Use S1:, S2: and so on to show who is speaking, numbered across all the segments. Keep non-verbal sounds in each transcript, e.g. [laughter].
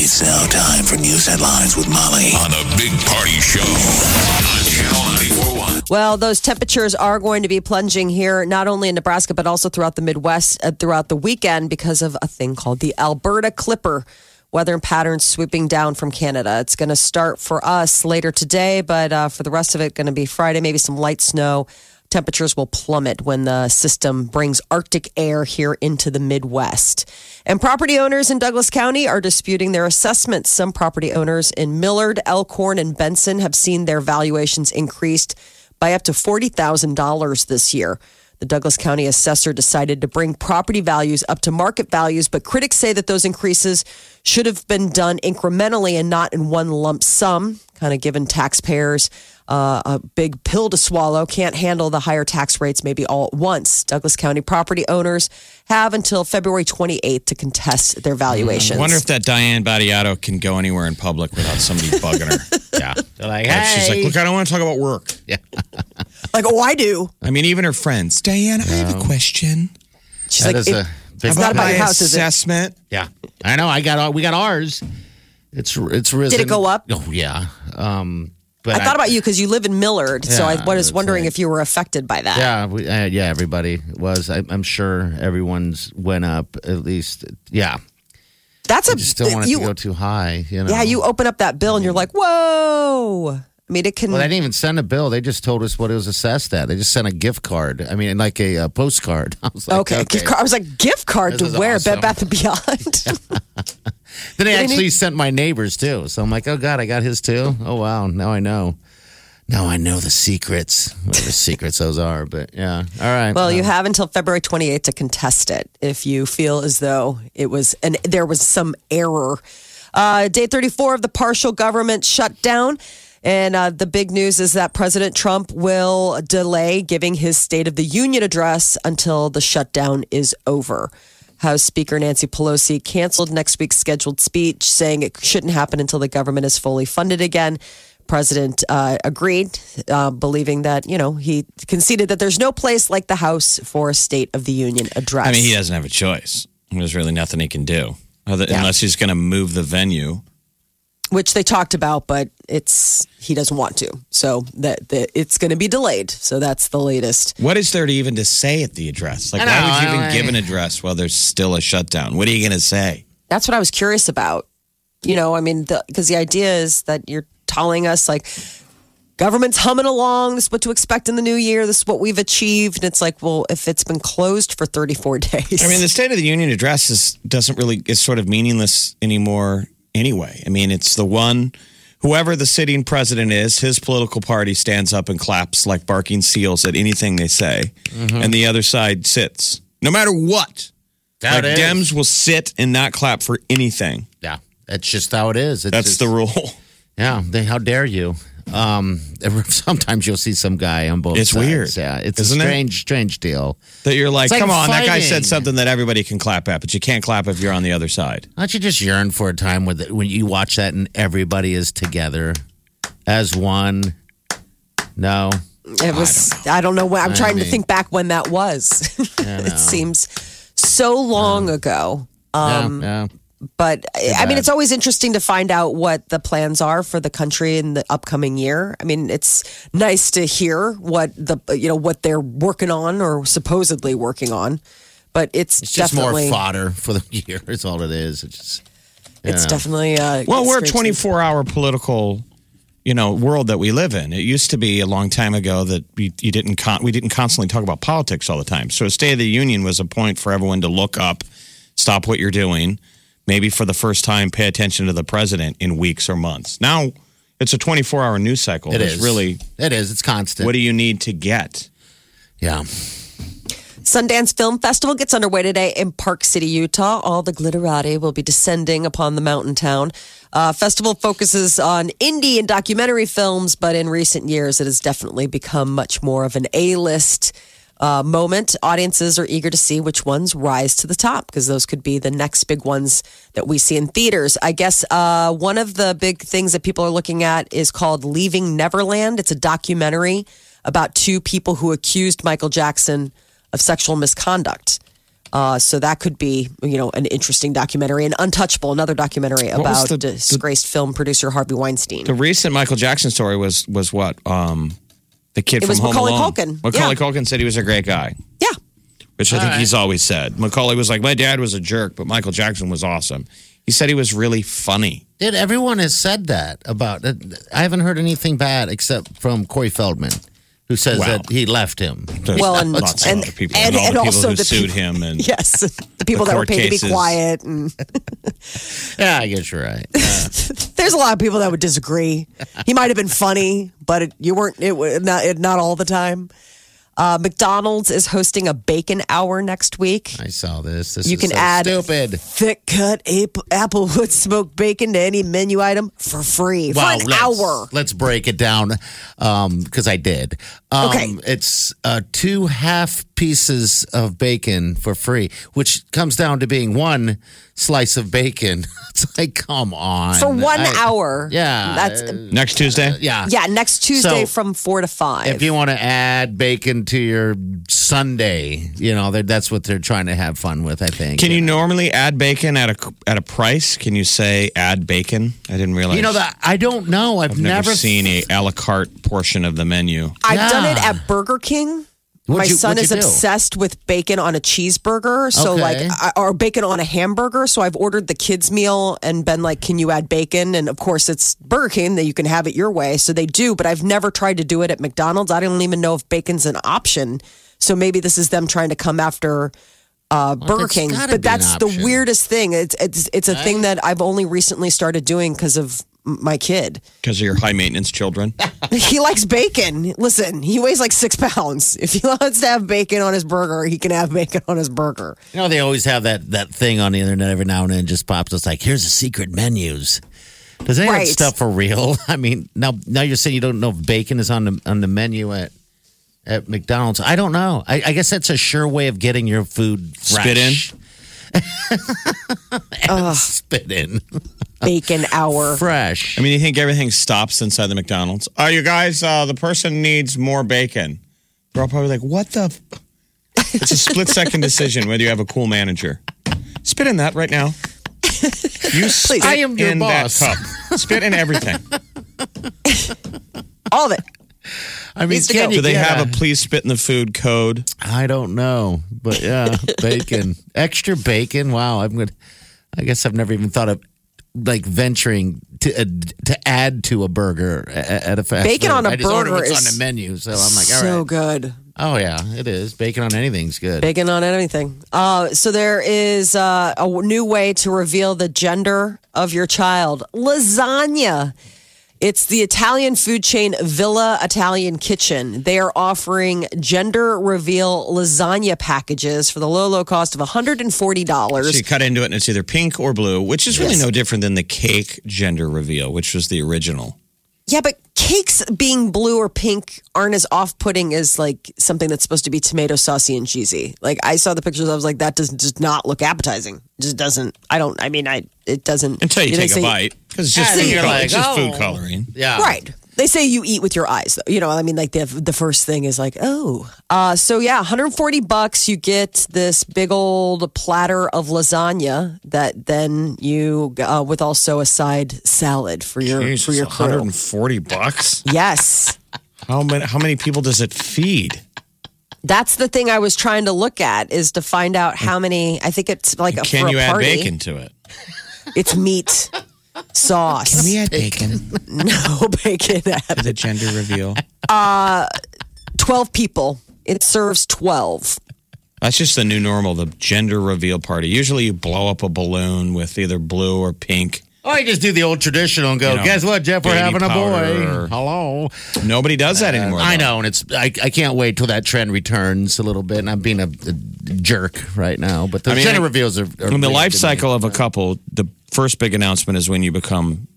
S1: It's now time for news headlines with Molly on a big party show on Channel 941.
S2: Well, those temperatures are going to be plunging here, not only in Nebraska, but also throughout the Midwest uh, throughout the weekend because of a thing called the Alberta Clipper. Weather patterns swooping down from Canada. It's going to start for us later today, but uh, for the rest of it, going to be Friday, maybe some light snow. Temperatures will plummet when the system brings Arctic air here into the Midwest. And property owners in Douglas County are disputing their assessments. Some property owners in Millard, Elkhorn, and Benson have seen their valuations increased by up to $40,000 this year. The Douglas County assessor decided to bring property values up to market values, but critics say that those increases should have been done incrementally and not in one lump sum, kind of giving taxpayers uh, a big pill to swallow, can't handle the higher tax rates maybe all at once. Douglas County property owners have until February 28th to contest
S3: Mm,
S2: their valuations.
S4: I wonder if that Diane Battiato can go anywhere in public without
S3: [laughs]
S4: somebody bugging her. Yeah.
S3: They're like,
S4: And She's like,
S3: "Hey."
S4: look, I don't want to talk about work.
S2: like, oh, I do.
S4: I mean, even her friends. Diane, I have a question.
S2: She's
S3: That
S2: like,
S3: is
S2: "It-
S3: a big
S2: it's not about
S4: my
S2: your house, is it?
S4: assessment.
S3: Yeah, I know. I got all, we got ours. It's it's risen.
S2: Did it go up?
S3: Oh yeah. Um, but
S2: I thought about you because you live in Millard, so I
S3: Yeah,
S2: was
S3: that's
S2: wondering
S3: right.
S2: if you were affected by that.
S3: Yeah, we, uh, yeah. Everybody was. I, I'm sure everyone's went up at least. Yeah,
S2: That's a
S3: just don't want it
S2: you,
S3: to go too high. You know.
S2: yeah. You open up that bill and you're like, whoa. I mean, it can.
S3: Well, they didn't even send a bill. They just told us what it was assessed at. They just sent a gift card. I mean, like a, uh postcard. [laughs] I was like,
S2: okay, gift card. I was like, gift card
S3: This
S2: to
S3: is
S2: where
S3: awesome.
S2: Bed Bath and
S3: [laughs]
S2: Beyond.
S3: Then they
S2: Did
S3: actually
S2: any-
S3: sent my neighbors too. So I'm like, oh God, I got his too. Oh wow, now I know. Now I know the secrets.
S2: [laughs]
S3: Whatever secrets those are, but yeah. All right.
S2: well, you have until February 28th to contest it if you feel as though it was and there was some error. Uh, day 34 of the partial government shutdown. And uh, the big news is that President Trump will delay giving his State of the Union address until the shutdown is over. House Speaker Nancy Pelosi canceled next week's scheduled speech, saying it shouldn't happen until the government is fully funded again. President uh, agreed, uh, believing that you know he conceded that there's no place like the House for a State of the Union address.
S4: I mean, he doesn't have a choice. There's really nothing he can do other, unless he's going to move the venue.
S2: which they talked about, but it's he doesn't want to, so that, that it's going to be delayed. So that's the latest.
S4: What is there to even to say at the address? Like,
S3: I know,
S4: why would
S3: I
S4: you
S3: know,
S4: even give
S3: I-
S4: an address while there's still a shutdown? What are you going to say?
S2: That's what I was curious about. You know, I mean, because the, idea is that you're telling us like government's humming along. This is what to expect in the new year. This is what we've achieved. And it's like, well, if it's been closed for 34 [laughs] days,
S4: I mean, the State of the Union address is, doesn't really, it's sort of meaningless anymore anyway. I mean, it's the one, whoever the sitting president is, his political party stands up and claps like barking seals at anything they say,
S3: Mm-hmm.
S4: and the other side sits, no matter what.
S3: That
S4: like
S3: is-
S4: Dems will sit and not clap for anything.
S3: yeah. That's just how it is. It's
S4: That's
S3: just-
S4: the rule. [laughs]
S3: yeah. They, how dare you? Um, [laughs] sometimes you'll see some guy on both.
S4: It's
S3: sides.
S4: weird,
S3: Yeah, it's
S4: isn't
S3: a
S4: it?
S3: strange, strange deal.
S4: That you're like,
S3: It's like
S4: come on, that guy
S3: fighting.
S4: said something that everybody can clap at, but you can't clap if you're on the other side.
S3: Why don't you just yearn for a time where the, when you watch that and everybody is together as one? No,
S2: It was. I don't know. When, I'm trying to think back when that was. [laughs] it seems so long ago. Um,
S3: yeah, yeah.
S2: But I I mean,
S3: bad.
S2: it's always interesting to find out what the plans are for the country in the upcoming year. I mean, it's nice to hear what the you know what they're working on or supposedly working on. But it's,
S3: It's just more
S2: definitely
S3: fodder for the [laughs] year. Is all it is. It's just
S2: it's definitely uh,
S4: Well, we're a
S2: scrapes-
S4: 24 hour political, you know, world that we live in. It used to be a long time ago that we, you didn't con- we didn't constantly talk about politics all the time. So, State of the Union was a point for everyone to look up, stop what you're doing, maybe for the first time, pay attention to the president in weeks or months. Now it's a 24 hour news cycle.
S3: it
S4: There's
S3: is
S4: really
S3: It is. It's constant.
S4: what do you need to get?
S3: yeah.
S2: Sundance Film Festival gets underway today in Park City, Utah. All the glitterati will be descending upon the mountain town. Uh, festival focuses on indie and documentary films, but in recent years, it has definitely become much more of an A-list uh, moment. Audiences are eager to see which ones rise to the top because those could be the next big ones that we see in theaters. I guess uh, one of the big things that people are looking at is called Leaving Neverland. It's a documentary about two people who accused Michael Jackson of sexual misconduct. Uh, so that could be, you know, an interesting documentary. And Untouchable, another documentary
S4: What was
S2: about
S4: the- the-
S2: disgraced film producer Harvey Weinstein.
S4: The recent Michael Jackson story was was what um, the kid
S2: It
S4: from
S2: was
S4: Home
S2: Macaulay
S4: Alone.
S2: Culkin.
S4: Macaulay
S2: Yeah.
S4: Culkin said he was a great guy,
S2: yeah,
S4: which I think he's always said. Macaulay was like, my dad was a jerk, but Michael Jackson was awesome. He said he was really funny.
S3: Dude, everyone has said that about. I haven't heard anything bad except from Corey Feldman, who says
S4: Wow.
S3: that he left him.
S4: There's
S2: Well, and-
S4: lots of
S2: and-
S4: other people,
S2: and-
S4: and, all
S2: and
S4: the people
S2: also
S4: who
S2: the
S4: sued
S2: people- [laughs]
S4: him, and
S2: yes, the people
S4: The
S2: that were
S4: court
S2: paid to
S4: cases.
S2: be quiet, and
S3: Yeah, I guess you're right. Yeah.
S2: there's a lot of people that would disagree. He might have been funny, but it, you weren't. It, wa- not it, not all the time. Uh, McDonald's is hosting a bacon hour next week.
S3: I saw this. This
S2: You
S3: is
S2: can
S3: so
S2: add
S3: stupid.
S2: thick cut ap- applewood smoked bacon to any menu item for free
S3: Wow,
S2: for an
S3: let's,
S2: hour.
S3: Let's break it down because I did. Um,
S2: Okay.
S3: It's uh, two half pieces of bacon for free, which comes down to being one slice of bacon. [laughs] It's like, come on.
S2: For one
S3: I-
S2: hour.
S3: Yeah. uh,
S2: That's
S4: next Tuesday,
S3: Yeah.
S2: yeah, next Tuesday from four to
S3: If
S2: five.
S3: you want to add bacon to your Sunday, you know, that- that's what they're trying to have fun with, I think.
S4: Can you normally add bacon at a at a price? Can you say add bacon? I didn't realize.
S3: You know, that I don't know. I've,
S4: I've never, seen a a la carte portion of the menu.
S2: I've done it
S3: Yeah.
S2: at Burger King.
S3: What'd
S2: My
S3: you-
S2: son
S3: what'd
S2: is
S3: you do?
S2: obsessed with bacon on a cheeseburger, so
S3: Okay.
S2: like I- or bacon on a hamburger. So I've ordered the kids meal and been like, "Can you add bacon?" And of course, it's Burger King that you can have it your way, so they do. But I've never tried to do it at McDonald's. I don't even know if bacon's an option. So maybe this is them trying to come after uh, Burger
S3: it's
S2: King.
S3: gotta
S2: But
S3: be an
S2: that's the
S3: option.
S2: weirdest thing. It's it's it's a thing that I've only recently started doing because of m- my kid.
S4: Because of your high maintenance children.
S2: He likes bacon. Listen, he weighs like six pounds. If he wants to have bacon on his burger, he can have bacon on his
S3: [laughs]
S2: burger.
S3: You know, they always have that, that thing on the internet every now and then just pops. It's like, here's the secret menus. Does any of that
S2: Right.
S3: stuff for real? [laughs] I mean, now now you're saying you don't know if bacon is on the on the menu at at McDonald's. I don't know. I, I guess that's a sure way of getting your food fresh. [laughs]
S4: Spit in?
S3: Spit in.
S2: Bacon hour.
S3: Fresh.
S4: I mean, you think everything stops inside the McDonald's? Oh, you guys, uh, the person needs more bacon. They're all probably like, what the? F-? It's a split second decision whether you have a cool manager. Spit in that right now.
S3: [laughs]
S4: You spit
S3: I am your
S4: in
S3: boss.
S4: that cup. Spit in everything.
S3: [laughs]
S2: All of it.
S3: I mean,
S2: Needs to
S3: can
S2: go.
S3: you
S4: Do they
S3: get
S4: have a please spit in the food code?
S3: I don't know, but yeah,
S2: [laughs]
S3: bacon, extra bacon. Wow, I'm gonna. I guess I've never even thought of like venturing to uh, to add to a burger a- a- at a fast
S2: Bacon
S3: food.
S2: on a
S3: I just order
S2: burger
S3: what's on
S2: is
S3: the menu, so I'm like, all right,
S2: so good.
S3: oh yeah, it is bacon on anything's good.
S2: Bacon on anything. Uh, so there is uh, a w- new way to reveal the gender of your child. Lasagna. It's the Italian food chain Villa Italian Kitchen. They are offering gender reveal lasagna packages for the low, low cost of $140.
S4: So you cut into it and it's either pink or blue, which is really no different than the cake gender reveal, which was the original.
S2: Yeah, but cakes being blue or pink aren't as off putting as like something that's supposed to be tomato saucy and cheesy. Like I saw the pictures, I was like, that does does not look appetizing. It just doesn't. I don't. I mean, I it doesn't
S4: Until you
S2: they
S4: take a
S2: say-
S4: bite, because it's just,
S3: And
S4: food,
S3: you're
S4: color-
S3: like,
S4: it's just food
S3: oh.
S4: coloring.
S3: Yeah,
S2: Right. They say you eat with your eyes, though. You know, I mean, like the the first thing is like, oh, uh, so yeah, 140 bucks. You get this big old platter of lasagna that then you uh, with also a side salad for your for your crew.
S4: 140 bucks.
S2: Yes.
S4: How many how many people does it feed?
S2: That's the thing I was trying to look at is to find out how many. I think it's like a,
S4: Can
S2: for
S4: you
S2: a
S4: add
S2: party.
S4: bacon to it?
S2: It's meat, sauce,
S4: add bacon
S2: [laughs] no bacon.
S4: to the gender reveal.
S2: Twelve people. It serves twelve.
S4: [laughs] That's just the new normal, the gender reveal party. Usually you blow up a balloon with either blue or pink
S3: Oh, I just do the old traditional and go,
S4: You know,
S3: guess what, Jeff? We're
S4: baby
S3: having a
S4: powder.
S3: boy. Hello. Uh,
S4: Nobody does that anymore.
S3: I
S4: though.
S3: know, and it's I, I can't wait till that trend returns a little bit. And I'm being a, a jerk right now, but the
S4: I mean,
S3: gender
S4: I-
S3: reveals are, are
S4: In the life
S3: amazing to me.
S4: cycle of a couple, the first big announcement is when you become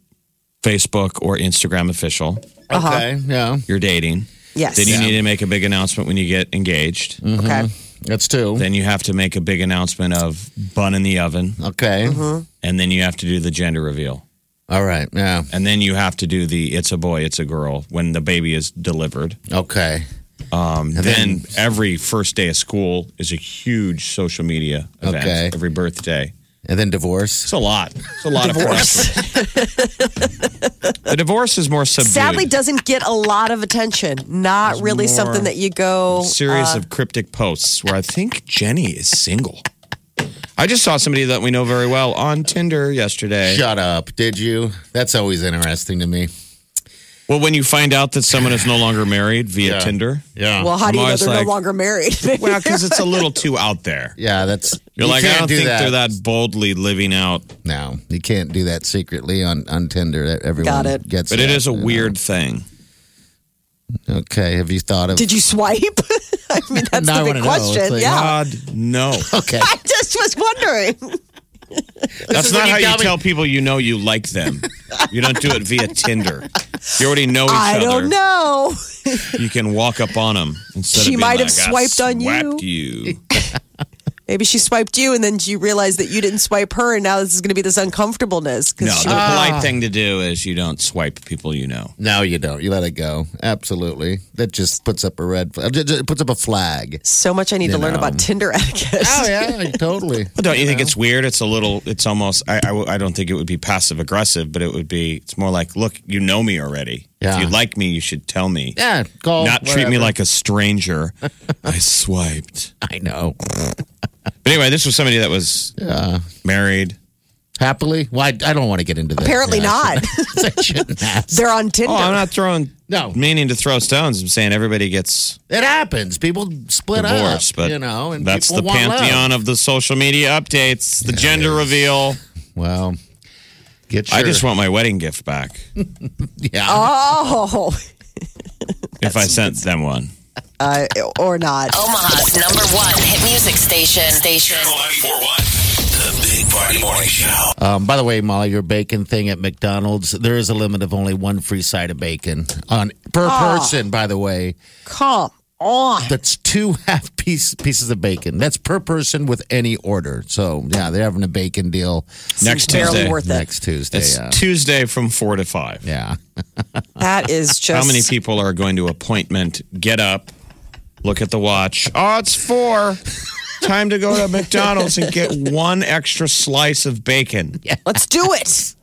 S4: Facebook or Instagram official.
S2: Uh-huh.
S3: Okay, yeah,
S4: You're dating.
S2: Yes.
S4: Then you need Mm-hmm. to make a big announcement when you get engaged.
S2: okay.
S3: that's two.
S4: Then you have to make a big announcement of bun in the oven.
S3: Okay,
S4: And then you have to do the gender reveal.
S3: All right, yeah,
S4: And then you have to do the it's a boy, it's a girl when the baby is delivered.
S3: okay.
S4: then, every first day of school is a huge social media event.
S3: Okay.
S4: Every birthday.
S3: And then divorce.
S4: It's a lot. It's a lot of pressure. the divorce is more subdued.
S2: Sadly, doesn't get a lot of attention. Not really
S4: more
S2: something that you go.
S4: series of cryptic posts where I think Jenny is single. I just saw somebody that we know very well on Tinder yesterday.
S3: Shut up, did you? That's always interesting to me.
S4: Well, when you find out that someone is no longer married via
S3: Yeah.
S4: Tinder,
S3: Yeah,
S2: Well, how do you
S4: I'm
S2: know
S4: always
S2: they're
S4: like-
S2: no longer married?
S4: [laughs] well, because it's a little too out there.
S3: yeah, that's
S4: You're
S3: you
S4: like, I
S3: can't
S4: don't
S3: do
S4: think they're that boldly living out,
S3: No, you can't do that secretly on on Tinder. That everyone
S2: Got it.
S3: gets,
S4: but it
S3: that,
S4: is a
S3: you know.
S4: weird thing.
S3: Okay, have you thought
S2: [laughs]
S3: of?
S2: Did you swipe? [laughs] I mean, that's
S3: Now I
S2: the big
S3: wanna know. It's
S2: question.
S3: like-
S2: yeah.
S4: God, [laughs] no.
S3: [laughs] Okay,
S2: [laughs] I just was wondering.
S4: That's
S3: is when
S4: not
S3: you
S4: how you
S3: got me-
S4: tell people you know you like them. You don't do it [laughs] via Tinder. You already know each
S2: I
S4: other.
S2: don't know.
S4: You can walk up on them instead
S2: She
S4: of being
S2: might
S4: like,
S2: have
S4: "I
S2: swiped on you." [laughs]
S4: swiped you.
S2: Maybe she swiped you, and then you realized that you didn't swipe her, and now this is going to be this uncomfortableness. 'cause
S4: No,
S2: she-
S4: the polite thing to do is you don't swipe people you know.
S3: no, you don't. You let it go. Absolutely, that just puts up a red. flag. It just puts up a flag.
S2: so much I need to learn about Tinder etiquette.
S3: Oh [laughs] yeah, totally.
S4: Well, don't you think it's weird? It's a little, it's almost, I, I w- I don't think it would be passive aggressive, but it would be, it's more like, look, you know me already.
S3: Yeah.
S4: If you like me, you should tell me.
S3: Yeah, call.
S4: Not treat me
S3: Oh, whatever.
S4: like a
S3: [laughs]
S4: stranger. I swiped.
S3: I know.
S4: But anyway, this was somebody that was married.
S3: Happily, well, I, I don't want to get into that.
S2: Apparently
S3: Yeah,
S4: [laughs]
S3: I
S2: not.
S3: shouldn't- [laughs] I shouldn't ask.
S2: They're on Tinder.
S4: Oh, I'm not throwing,
S3: No.
S4: meaning to throw stones. I'm saying everybody gets
S3: It happens. People split
S4: divorced,
S3: up,
S4: but
S3: uh, you know, and
S4: that's the
S3: people want
S4: pantheon
S3: love.
S4: of the social media updates, the gender reveal.
S3: Well, get your,
S4: I just want my wedding gift back
S3: [laughs] yeah.
S2: oh,
S4: if I sent them one.
S2: uh, or not.
S5: Omaha's number one hit music station. Station.
S1: Channel 941. The Big Party Morning Show.
S3: Um, by the way, Molly, your bacon thing at McDonald's, there is a limit of only one free side of bacon on
S2: Oh.
S3: per person. By the way,
S2: Come on.
S3: that's two [laughs] half piece pieces of bacon. That's per person with any order. So yeah, they're having a bacon deal
S4: Next
S2: barely
S4: Tuesday.
S2: worth it.
S3: next Tuesday.
S4: It's
S3: yeah.
S4: Tuesday from four to five.
S3: yeah,
S2: That is just
S4: [laughs] How many people are going to appointment? Get up, look at the watch. Oh, it's four. Time to go to McDonald's and get one extra slice of bacon.
S2: Let's do it.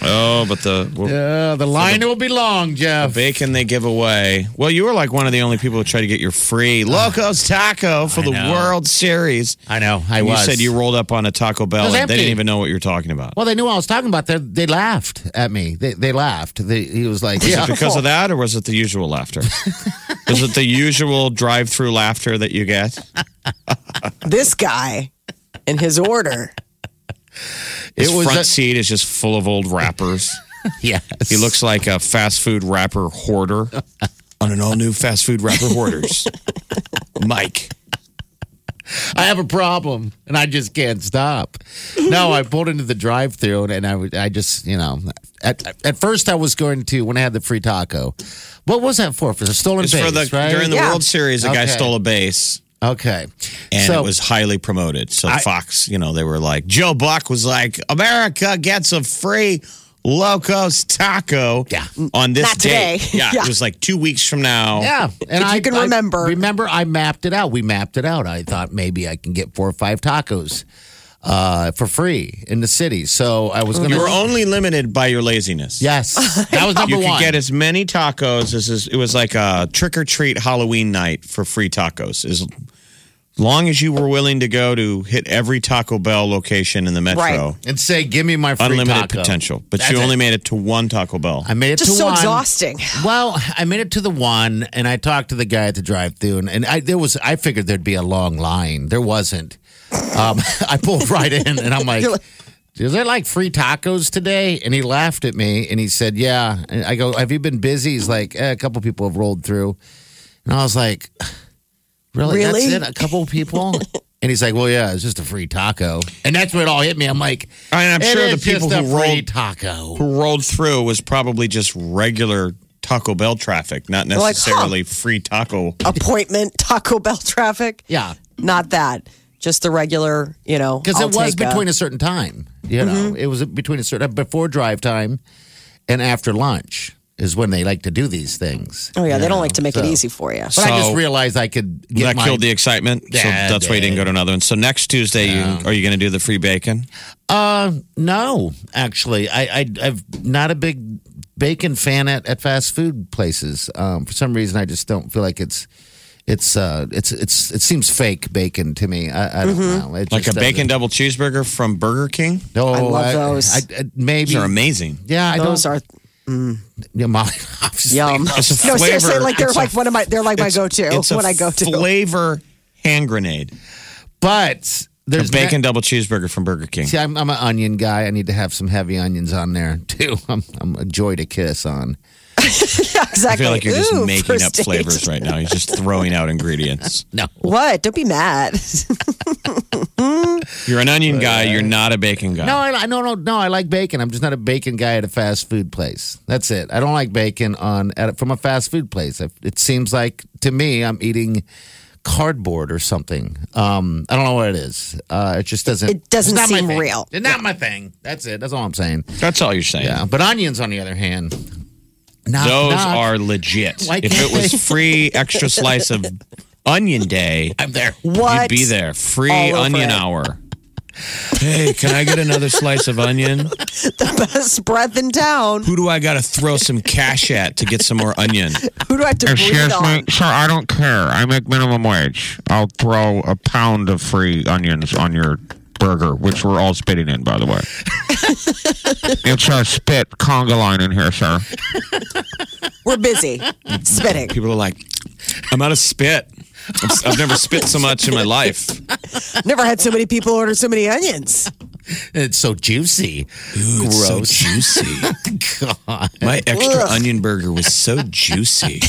S4: Oh, but the well,
S3: Uh, the line will be long, Jeff.
S4: bacon they give away. Well, you were like one of the only people who tried to get your free Locos Taco for the
S3: Ah. know.
S4: World Series.
S3: I know. I
S4: You
S3: was.
S4: said you rolled up on a Taco Bell
S3: was
S4: and they didn't
S3: empty.
S4: even know what you were talking about.
S3: Well, they knew what I was talking about. They, they laughed at me. They, they laughed. They, he was like,
S4: Is
S3: "Yeah,
S4: it because of that, or was it the usual
S3: [laughs]
S4: laughter? Is it the usual drive-through laughter that you get?
S2: This guy and his
S4: [laughs]
S2: order.
S4: His
S3: It was
S4: front
S3: a-
S4: seat is just full of old wrappers.
S3: [laughs] yes."
S4: he looks like a fast food rapper hoarder
S3: [laughs]
S4: on an all-new fast food rapper hoarders. Mike.
S3: I have a problem, and I just can't stop. No, I pulled into the drive-through, and, and I, would- I just, you know, at, at first I was going to when I had the free taco. What was that for? For the stolen
S4: It's
S3: base,
S4: for the
S3: right?
S4: during the
S2: Yeah.
S4: World Series, a guy
S3: Okay.
S4: stole a base.
S3: okay,
S4: And
S3: so
S4: it was highly promoted. So Fox, you know, they were like, Joe Buck was like, America gets a free Locos taco
S3: Yeah.
S4: on this
S2: Not [laughs]
S4: day.
S2: today.
S4: Yeah,
S2: Yeah.
S4: it was like two weeks from now.
S3: yeah, and
S2: If you
S3: I
S2: can
S3: I-
S2: remember.
S3: remember I mapped it out. We mapped it out. I thought maybe I can get four or five tacos uh, for free in the city. So I was going
S4: You were
S3: to.
S4: only limited by your laziness.
S3: Yes,
S4: [laughs]
S3: that was number
S4: you
S3: one.
S4: could get as many tacos as is, it was like a trick or treat Halloween night for free tacos. As long as you were willing to go to hit every Taco Bell location in the metro,
S2: Right.
S3: and say, "Give me my free
S4: unlimited
S3: taco."
S4: potential. But
S3: That's
S4: you only
S3: it.
S4: made it to one Taco Bell.
S3: I made it
S2: Just
S3: to
S2: so
S3: one.
S2: exhausting.
S3: Well, I made it to the one, and I talked to the guy at the drive-thru, and, and I there was I figured [laughs] there'd be a long line. There wasn't. Um, I pulled right in, and I'm like, is there like free tacos today? And he laughed at me and he said, yeah. And I go, have you been busy? He's like, eh, a couple people have rolled through. And I was like, really?
S2: Really?
S3: That's it? A couple
S2: [laughs]
S3: people? and he's like, well, yeah, it's just a free taco. And that's where it all hit me. I'm like,
S4: And I'm
S3: "It
S4: sure
S3: is
S4: the people
S3: just
S4: who
S3: a free
S4: rolled
S3: taco.
S4: who rolled through was probably just regular Taco Bell traffic, not
S2: like,
S4: necessarily free taco.
S2: Appointment, Taco Bell traffic.
S3: Yeah.
S2: Not that. Just the regular, you know.
S3: because
S2: I'll
S3: it
S2: take
S3: was
S2: a- Mm-hmm.
S3: between a, certain time. You know, it was between a certain before drive time and after lunch is when they like to do these things.
S2: Oh yeah, they don't like to make it
S3: so-
S2: easy for you.
S3: But I just
S4: So-
S3: realized I could get
S4: that
S3: my-
S4: killed the excitement. so
S3: Yeah,
S4: that's why you didn't go to another one. So next Tuesday, you, are you going to do the free bacon?
S3: Uh, no. Actually, I, I I'm not a big bacon fan at, at fast food places. Um, for some reason, I just don't feel like it's. It's uh, it's it's it seems fake bacon to me. I, I don't
S2: Mm-hmm.
S3: know. It
S4: Like a
S3: just
S4: bacon
S3: doesn't-
S4: double cheeseburger from Burger King?
S3: No,
S2: I love those.
S3: I, I- maybe
S4: These are amazing.
S3: Yeah, I
S2: Those
S3: don't,
S2: are
S3: Yeah, Molly, [laughs] obviously.
S2: yum.
S4: It's a
S2: No,
S4: flavor.
S2: seriously, like they're
S4: It's a-
S2: like one of my they're like my
S4: it's-
S2: go-to
S4: It's a
S2: when I go to.
S4: flavor hand grenade.
S3: But there's
S4: a bacon double cheeseburger from Burger King.
S3: See, I'm, I'm an onion guy. I need to have some heavy onions on there [laughs] too. I'm, I'm a joy to kiss on.
S2: [laughs] exactly.
S4: I feel like you're just
S2: Ooh,
S4: making up
S2: first date.
S4: flavors right now. You're just throwing out ingredients.
S3: No,
S2: What? Don't be mad. [laughs]
S4: You're an onion guy. You're not a bacon guy.
S3: no, I, I- no, no, no. I like bacon. I'm just not a bacon guy at a fast food place. That's it. I don't like bacon on at, from a fast food place. It- It seems like to me I'm eating cardboard or something. Um, I don't know what it is. Uh, it just doesn't.
S2: It doesn't
S3: it's not my
S2: seem
S3: thing.
S2: real.
S3: It's not my thing. That's it. That's all I'm saying.
S4: That's all you're saying.
S3: Yeah, but onions on the other hand, knock,
S4: Those
S3: knock.
S4: are legit.
S3: Why
S4: If
S3: can't
S4: it was free extra slice of onion day,
S3: I'm there.
S2: What?
S4: you'd be there. Free
S2: All over
S4: onion
S2: it.
S4: hour. Hey, can I get another slice of onion?
S2: The best breath in town.
S4: Who do I got to throw some cash at to get some more onion?
S2: Who do I have to breathe
S6: Excuse
S2: on?
S6: me, sir. I don't care. I make minimum wage. I'll throw a pound of free onions on your burger, which we're all spitting in, by
S2: [laughs]
S6: the way. it's a spit conga line in here, sir.
S2: We're busy spitting.
S4: People are like, I'm out of spit. I'm s- I've never spit so much in my life. [laughs]
S2: Never had so many people order so many onions.
S3: It's so juicy.
S4: It's so
S3: Gross.
S4: juicy.
S3: God.
S4: My extra
S2: Ugh.
S4: onion burger was so juicy.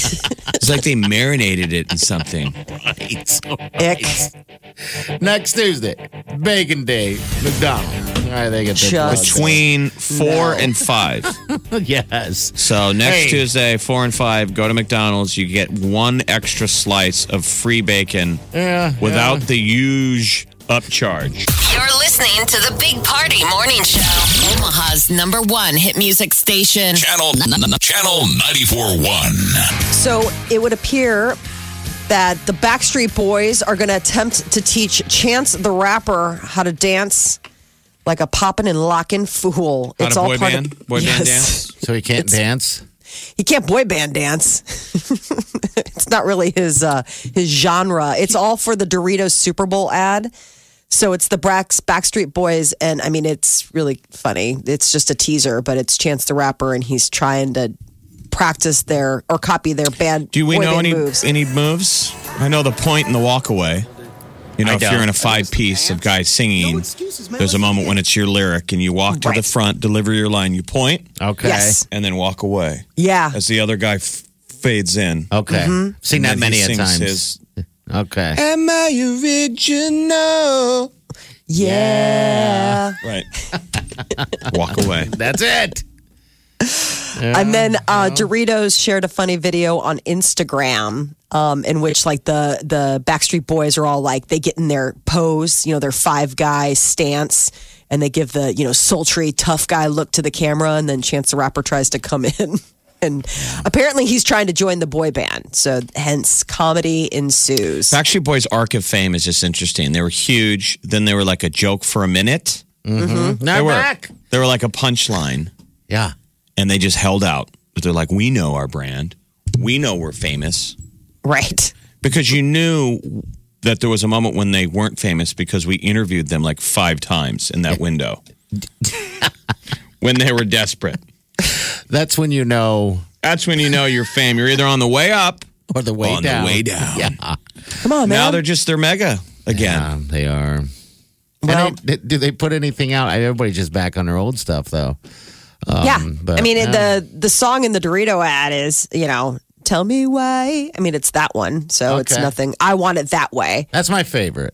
S4: It's like they marinated it in something.
S3: Oh, Right.
S2: Ick.
S3: Next Tuesday, Bacon Day, McDonald's. All right, they get their
S2: Just-
S4: Between four
S2: No.
S4: and five.
S3: plug. [laughs] yes.
S4: So next
S3: Hey.
S4: Tuesday, four and five, go to McDonald's. You get one extra slice of free bacon
S3: Yeah,
S4: without the huge upcharge.
S5: You're listening to the Big Party Morning Show. Omaha's number one hit music station.
S1: Channel Channel 94.1.
S2: So it would appear that the Backstreet Boys are going to attempt to teach Chance the Rapper how to dance like a poppin' and lockin' fool.
S4: Not a boy band, boy band dance.
S3: So he can't dance.
S2: He can't boy band dance. [laughs] it's not really his uh, his genre. It's all for the Doritos Super Bowl ad. So it's the Brax Backstreet Boys, and I mean it's really funny. It's just a teaser, but it's Chance the Rapper, and he's trying to practice their or copy their band.
S4: Do we
S2: boy
S4: know
S2: band
S4: any
S2: moves.
S4: any moves? I know the point and the walk away. You know,
S3: I
S4: if you're
S3: don't.
S4: in a five piece of guys singing, there's a moment when it's your lyric and you walk to the front, deliver your line, you point,
S3: Okay.
S2: Yes.
S4: and then walk away
S2: Yeah,
S4: as the other guy f- fades in.
S3: Okay.
S2: Mm-hmm.
S3: Seen that
S4: And then
S3: many
S4: he
S3: a
S4: sings
S3: times.
S4: his-
S3: Okay.
S4: Am I original?
S2: yeah.
S4: Right. [laughs] Walk away. [laughs]
S3: That's it.
S2: And then uh, Doritos shared a funny video on Instagram um, in which like the the Backstreet Boys are all like they get in their pose, you know, their five guy stance, and they give the you know sultry tough guy look to the camera, and then Chance the Rapper tries to come [laughs] in. And apparently, he's trying to join the boy band, so hence comedy ensues.
S4: Backstreet Boys' arc of fame is just interesting. They were huge. Then they were like a joke for a minute.
S3: Now
S4: They were.
S3: back.
S4: They were like a punchline,
S3: Yeah.
S4: and they just held out. But they're like, we know our brand. We know we're famous
S2: Right?
S4: because you knew that there was a moment when they weren't famous because we interviewed them like five times in that
S3: [laughs]
S4: window when they were desperate.
S3: That's when you know,
S4: That's when you know your fame. You're either on the way up
S3: or the way
S4: on
S3: down.
S4: the way down.
S3: Yeah.
S2: Come on,
S4: Now
S2: man.
S4: they're just they're mega again.
S3: Yeah, they are. Well, do they put anything out? Everybody's just back on their old stuff, though.
S2: yeah.
S3: but-
S2: I mean, it
S3: yeah.
S2: the the song in the Dorito ad is, you know, tell me why. I mean, it's that one. So it's
S3: Okay.
S2: nothing. I want it that way.
S3: That's my favorite.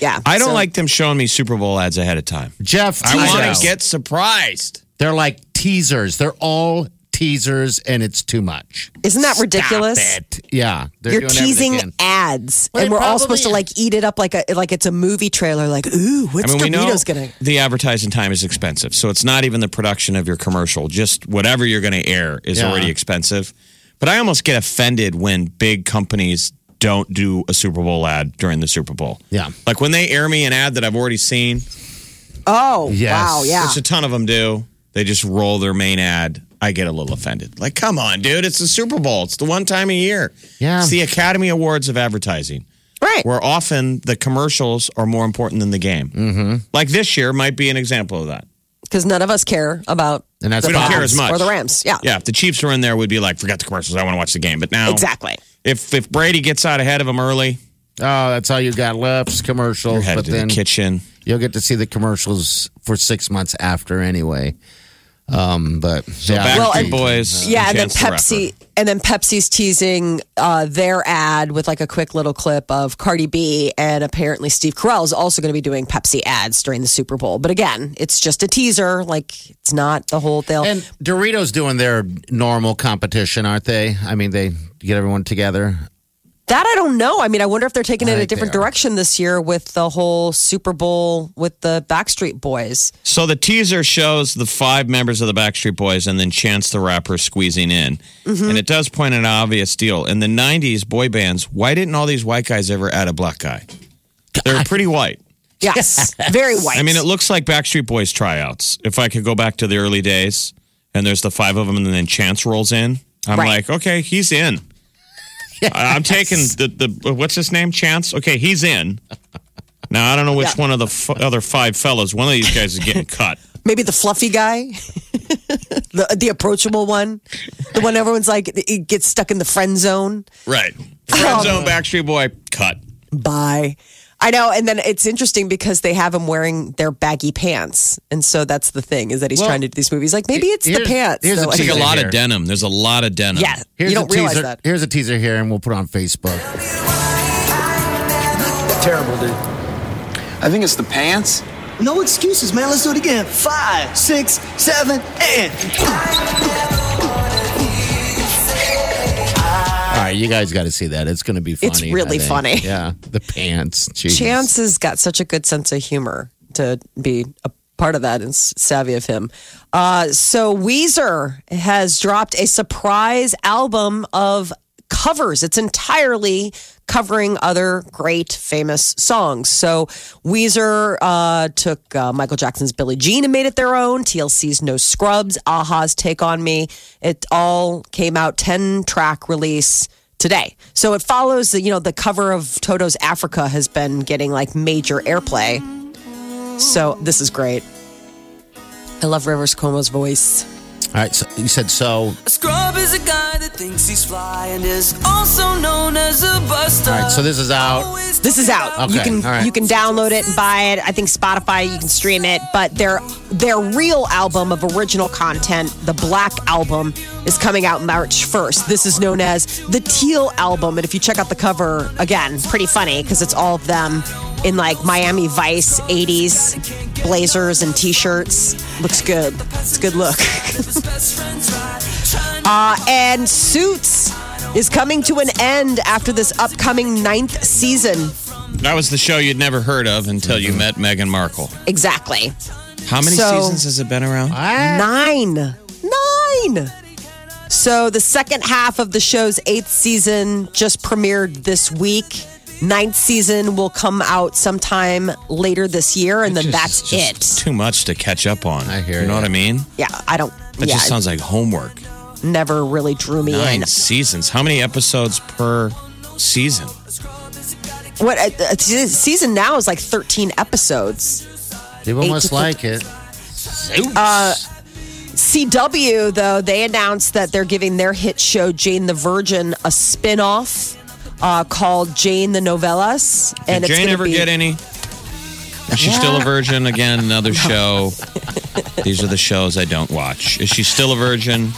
S2: Yeah.
S4: I don't
S2: So-
S4: like them showing me Super Bowl ads ahead of time.
S3: Jeff,
S4: I want
S3: teasers.
S4: to get surprised.
S3: They're like teasers. They're all teasers, and it's too much.
S2: Isn't that ridiculous?
S3: Stop it. Yeah, they're
S2: You're
S3: doing everything
S2: teasing
S3: again.
S2: ads,
S3: Well,
S2: and
S3: they
S2: we're all
S3: probably-
S2: supposed to like eat it up like a like it's a movie trailer. Like, ooh,
S4: I
S2: what's
S4: mean, we know
S2: Doritos gonna?
S4: the advertising time is expensive, so it's not even the production of your commercial. Just whatever you're going to air is
S3: Yeah.
S4: already expensive. But I almost get offended when big companies don't do a Super Bowl ad during the Super Bowl.
S3: Yeah.
S4: like when they air me an ad that I've already seen,
S2: Oh,
S3: Yes.
S2: wow, yeah.
S4: which a ton of them do. They just roll their main ad. I get a little offended. Like, come on, dude! It's the Super Bowl. It's the one time a year.
S3: Yeah.
S4: it's the Academy Awards of advertising.
S2: right.
S4: where often the commercials are more important than the game. Mm-hmm. Like this year might be an example of that.
S2: Because none of us care about
S3: And that's
S2: the
S4: We don't care
S2: Browns
S4: as much.
S2: or the Rams. Yeah.
S4: Yeah, if the Chiefs were in there, we'd be like, forget the commercials. I want to watch the game. But now,
S2: Exactly.
S4: If if Brady gets out ahead of him early,
S3: Oh, that's all you got left is
S4: you're
S3: commercials.
S4: headed
S3: Oh, But
S4: to
S3: then
S4: the kitchen.
S3: you'll get to see the commercials for six months after anyway. Um, but yeah,
S4: Backstreet
S2: Well, and-
S4: Boys.
S3: Mm-hmm.
S2: Yeah, and then
S4: Chance the
S2: Pepsi, and then Pepsi's teasing uh, their ad with like a quick little clip of Cardi B, and apparently Steve Carell is also going to be doing Pepsi ads during the Super Bowl. But again, it's just a teaser; like it's not the whole thing.
S3: and Doritos doing their normal competition, aren't they? I mean, they get everyone together.
S2: that I don't know. I mean, I wonder if they're taking it
S3: I
S2: a
S3: think they
S2: different
S3: are.
S2: direction this year with the whole Super Bowl with the Backstreet Boys.
S4: So the teaser shows the five members of the Backstreet Boys and then Chance the Rapper squeezing in.
S2: Mm-hmm.
S4: And it does point an obvious deal. In the 90s, boy bands, why didn't all these white guys ever add a black guy? They're pretty white.
S2: Yes, very white.
S4: I mean, it looks like Backstreet Boys tryouts. If I could go back to the early days, and there's the five of them, and then Chance rolls in, I'm
S2: Right.
S4: like, okay, he's in.
S2: [laughs]
S4: I- I'm taking the the what's his name, Chance. Okay, he's in. Now I don't know which one of the f- other five fellas. One of these guys is getting cut.
S2: Maybe the fluffy guy, [laughs] the the approachable one, the one everyone's like it gets stuck in the friend zone.
S4: [laughs] Right. Friend zone Backstreet Boy cut.
S2: Bye. I know, and then it's interesting because they have him wearing their baggy pants, and so that's the thing is that he's
S3: Well,
S2: trying to do these movies. Like maybe it's the
S3: here's-
S2: pants.
S3: here's
S2: though.
S3: the
S4: It's like a
S3: Teaser
S4: lot
S3: here.
S4: of denim. There's a lot of
S2: [laughs]
S4: denim.
S2: yeah, you don't
S3: a
S2: realize
S3: teaser.
S2: that.
S3: Here's a teaser here, and we'll put it on Facebook.
S7: Terrible, dude.
S8: I think it's the pants.
S7: No excuses, man. Let's do it again. Five, six, seven, and.
S3: All right, you guys got to see that. It's going to be funny.
S2: It's
S3: I
S2: really
S3: think.
S2: funny.
S3: Yeah, the pants. Jesus.
S2: Chance has got such a good sense of humor to be a part of that and s- savvy of him. Uh, so Weezer has dropped a surprise album of covers. It's entirely covering other great famous songs. So Weezer uh, took uh, Michael Jackson's Billie Jean and made it their own. TLC's No Scrubs, Aha's Take on Me. It all came out 10 track release today. So it follows that you know the cover of Toto's Africa has been getting like major airplay. So this is great. I love Rivers Cuomo's voice.
S3: All right, so you said so.
S9: A scrub is a guy that thinks he's fly and is also known as a buster.
S3: All right, so this is out.
S2: This is out.
S3: Okay,
S2: you can
S3: all right.
S2: you can download it and buy it. I think Spotify you can stream it, but their their real album of original content, the Black album is coming out March 1st. This is known as the Teal album and if you check out the cover again, pretty funny cuz it's all of them in like Miami Vice 80s blazers and t-shirts. Looks good. It's a good look. [laughs] Uh, and Suits is coming to an end after this upcoming ninth season.
S4: That was the show you'd never heard of until you met Meghan Markle.
S2: Exactly.
S4: Mm-hmm. How many
S2: So-
S4: seasons has it been around?
S2: Nine. Nine. So the second half of the show's eighth season just premiered this week. Ninth season will come out sometime later this year, and then that's
S4: Just- just
S2: it.
S4: Too much to catch up on.
S3: I hear
S4: You know
S3: ya.
S4: what I mean?
S2: Yeah, I don't.
S4: That
S2: yeah,
S4: just sounds like homework.
S2: it never really drew me
S4: Nine
S2: in.
S4: seasons. How many episodes per season?
S2: What uh, uh, se- season now is like thirteen episodes.
S3: People
S2: Eight
S3: must
S2: to
S3: like it.
S2: Uh, CW, though, they announced that they're giving their hit show Jane the Virgin a spin off uh, called Jane the Novellas.
S4: Did Jane
S2: gonna
S4: ever
S2: be-
S4: get any? She's still a virgin.
S2: [laughs]
S4: Again, another show. These are the shows I don't watch. Is she still a virgin?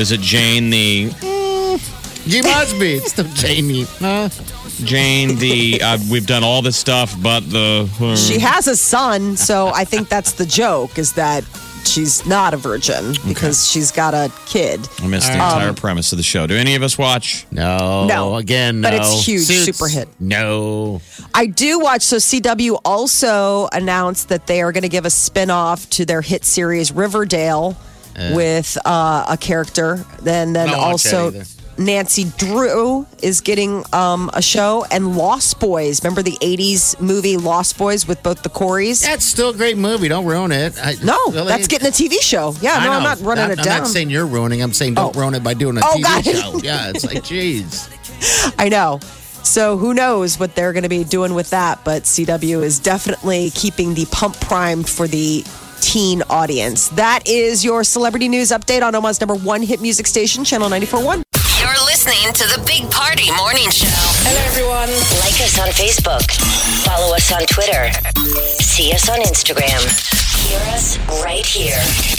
S4: Is it Jane the
S3: You must be. It's the Jamie. Huh?
S4: Jane the uh, we've done all this stuff, but the hmm.
S2: She has a son, so I think that's the joke is that she's not a virgin because she's got a kid.
S4: I missed the entire premise of the show. Do any of us watch?
S3: No.
S2: No.
S3: Again, no.
S2: But it's huge, super hit.
S3: No.
S2: I do watch. So CW also announced that they are going to give a spin-off to their hit series Riverdale with uh, a character. Then then
S3: Eh. Don't watch that
S2: also
S3: either.
S2: Nancy Drew is getting um, a show and Lost Boys. Remember the 80s movie Lost Boys with both the Coreys?
S3: That's still a great movie. Don't ruin it. I,
S2: No,
S3: really?
S2: that's getting a TV show. Yeah, no,
S3: I know.
S2: I'm not running it down.
S3: I'm not saying you're ruining. I'm saying don't
S2: Oh.
S3: ruin it by doing a
S2: Oh,
S3: TV
S2: got it.
S3: show. Yeah, it's
S2: [laughs]
S3: like, jeez.
S2: I know. So who knows what they're going to be doing with that? But CW is definitely keeping the pump primed for the teen audience. That is your celebrity news update on Omaha's number one hit music station, Channel 94.1.
S5: You're listening to the Big Party Morning Show.
S10: Hello, everyone.
S11: Like us on Facebook. Follow us on Twitter. See us on Instagram. Hear us right here.